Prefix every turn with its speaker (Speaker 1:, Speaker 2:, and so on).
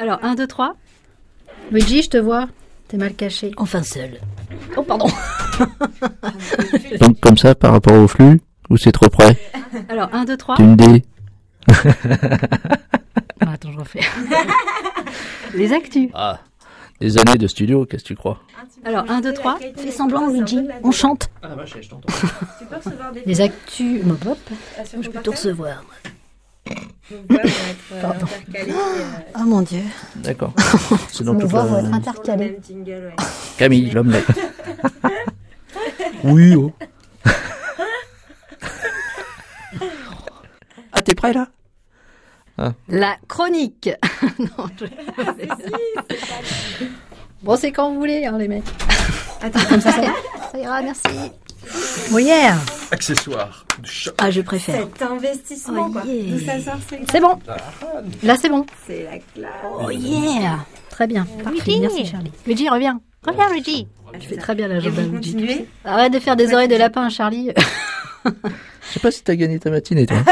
Speaker 1: Alors, 1, 2, 3.
Speaker 2: Luigi, je te vois. T'es mal caché.
Speaker 1: Enfin seul. Oh, pardon.
Speaker 3: Donc comme ça par rapport au flux ou c'est trop près
Speaker 1: Alors, 1, 2, 3.
Speaker 3: C'est une D.
Speaker 1: Non, attends, je refais. Les actus.
Speaker 3: Ah, des années de studio, qu'est-ce que tu crois
Speaker 1: Alors, 1, 2, 3. Fais semblant, Luigi. On chante.
Speaker 3: Ah je t'entends.
Speaker 4: Tu peux recevoir des
Speaker 2: Les actus mobop.
Speaker 4: Ah, sur
Speaker 1: Tout
Speaker 4: ton portable
Speaker 1: recevoir.
Speaker 4: Donc, voilà, on va être, euh, intercalé, euh,
Speaker 5: Oh mon dieu.
Speaker 3: D'accord. C'est dans
Speaker 5: Nos
Speaker 3: toute
Speaker 5: voix vont être
Speaker 1: Ah,
Speaker 4: sur
Speaker 3: la...
Speaker 4: le
Speaker 5: intercalées.
Speaker 4: même jingle, ouais.
Speaker 3: Camille, l'omelette. oui, oh. ah, t'es prêt là
Speaker 1: La chronique. non, je...
Speaker 4: Ah,
Speaker 2: Bon, c'est quand vous voulez, hein, les mecs.
Speaker 4: Attends, comme ça,
Speaker 2: Ça ira, merci. Molière.
Speaker 6: Accessoire de choc.
Speaker 5: Ah, je préfère.
Speaker 4: cet investissement,
Speaker 5: Oh,
Speaker 4: quoi.
Speaker 5: yeah.
Speaker 4: D'où ça sort, c'est
Speaker 2: C'est bon. Là, c'est bon.
Speaker 4: C'est la classe.
Speaker 5: Oh yeah.
Speaker 2: Très bien. Parfait.
Speaker 1: Luigi.
Speaker 2: Merci, Charlie.
Speaker 1: Luigi, reviens. Reviens, Luigi.
Speaker 4: Tu
Speaker 2: fais très bien la
Speaker 4: Et
Speaker 2: jambe à
Speaker 4: vous
Speaker 2: Luigi.
Speaker 4: continuez
Speaker 2: Arrête de faire des oreilles de lapin, Charlie.
Speaker 3: Je sais pas si t'as gagné ta matinée, toi.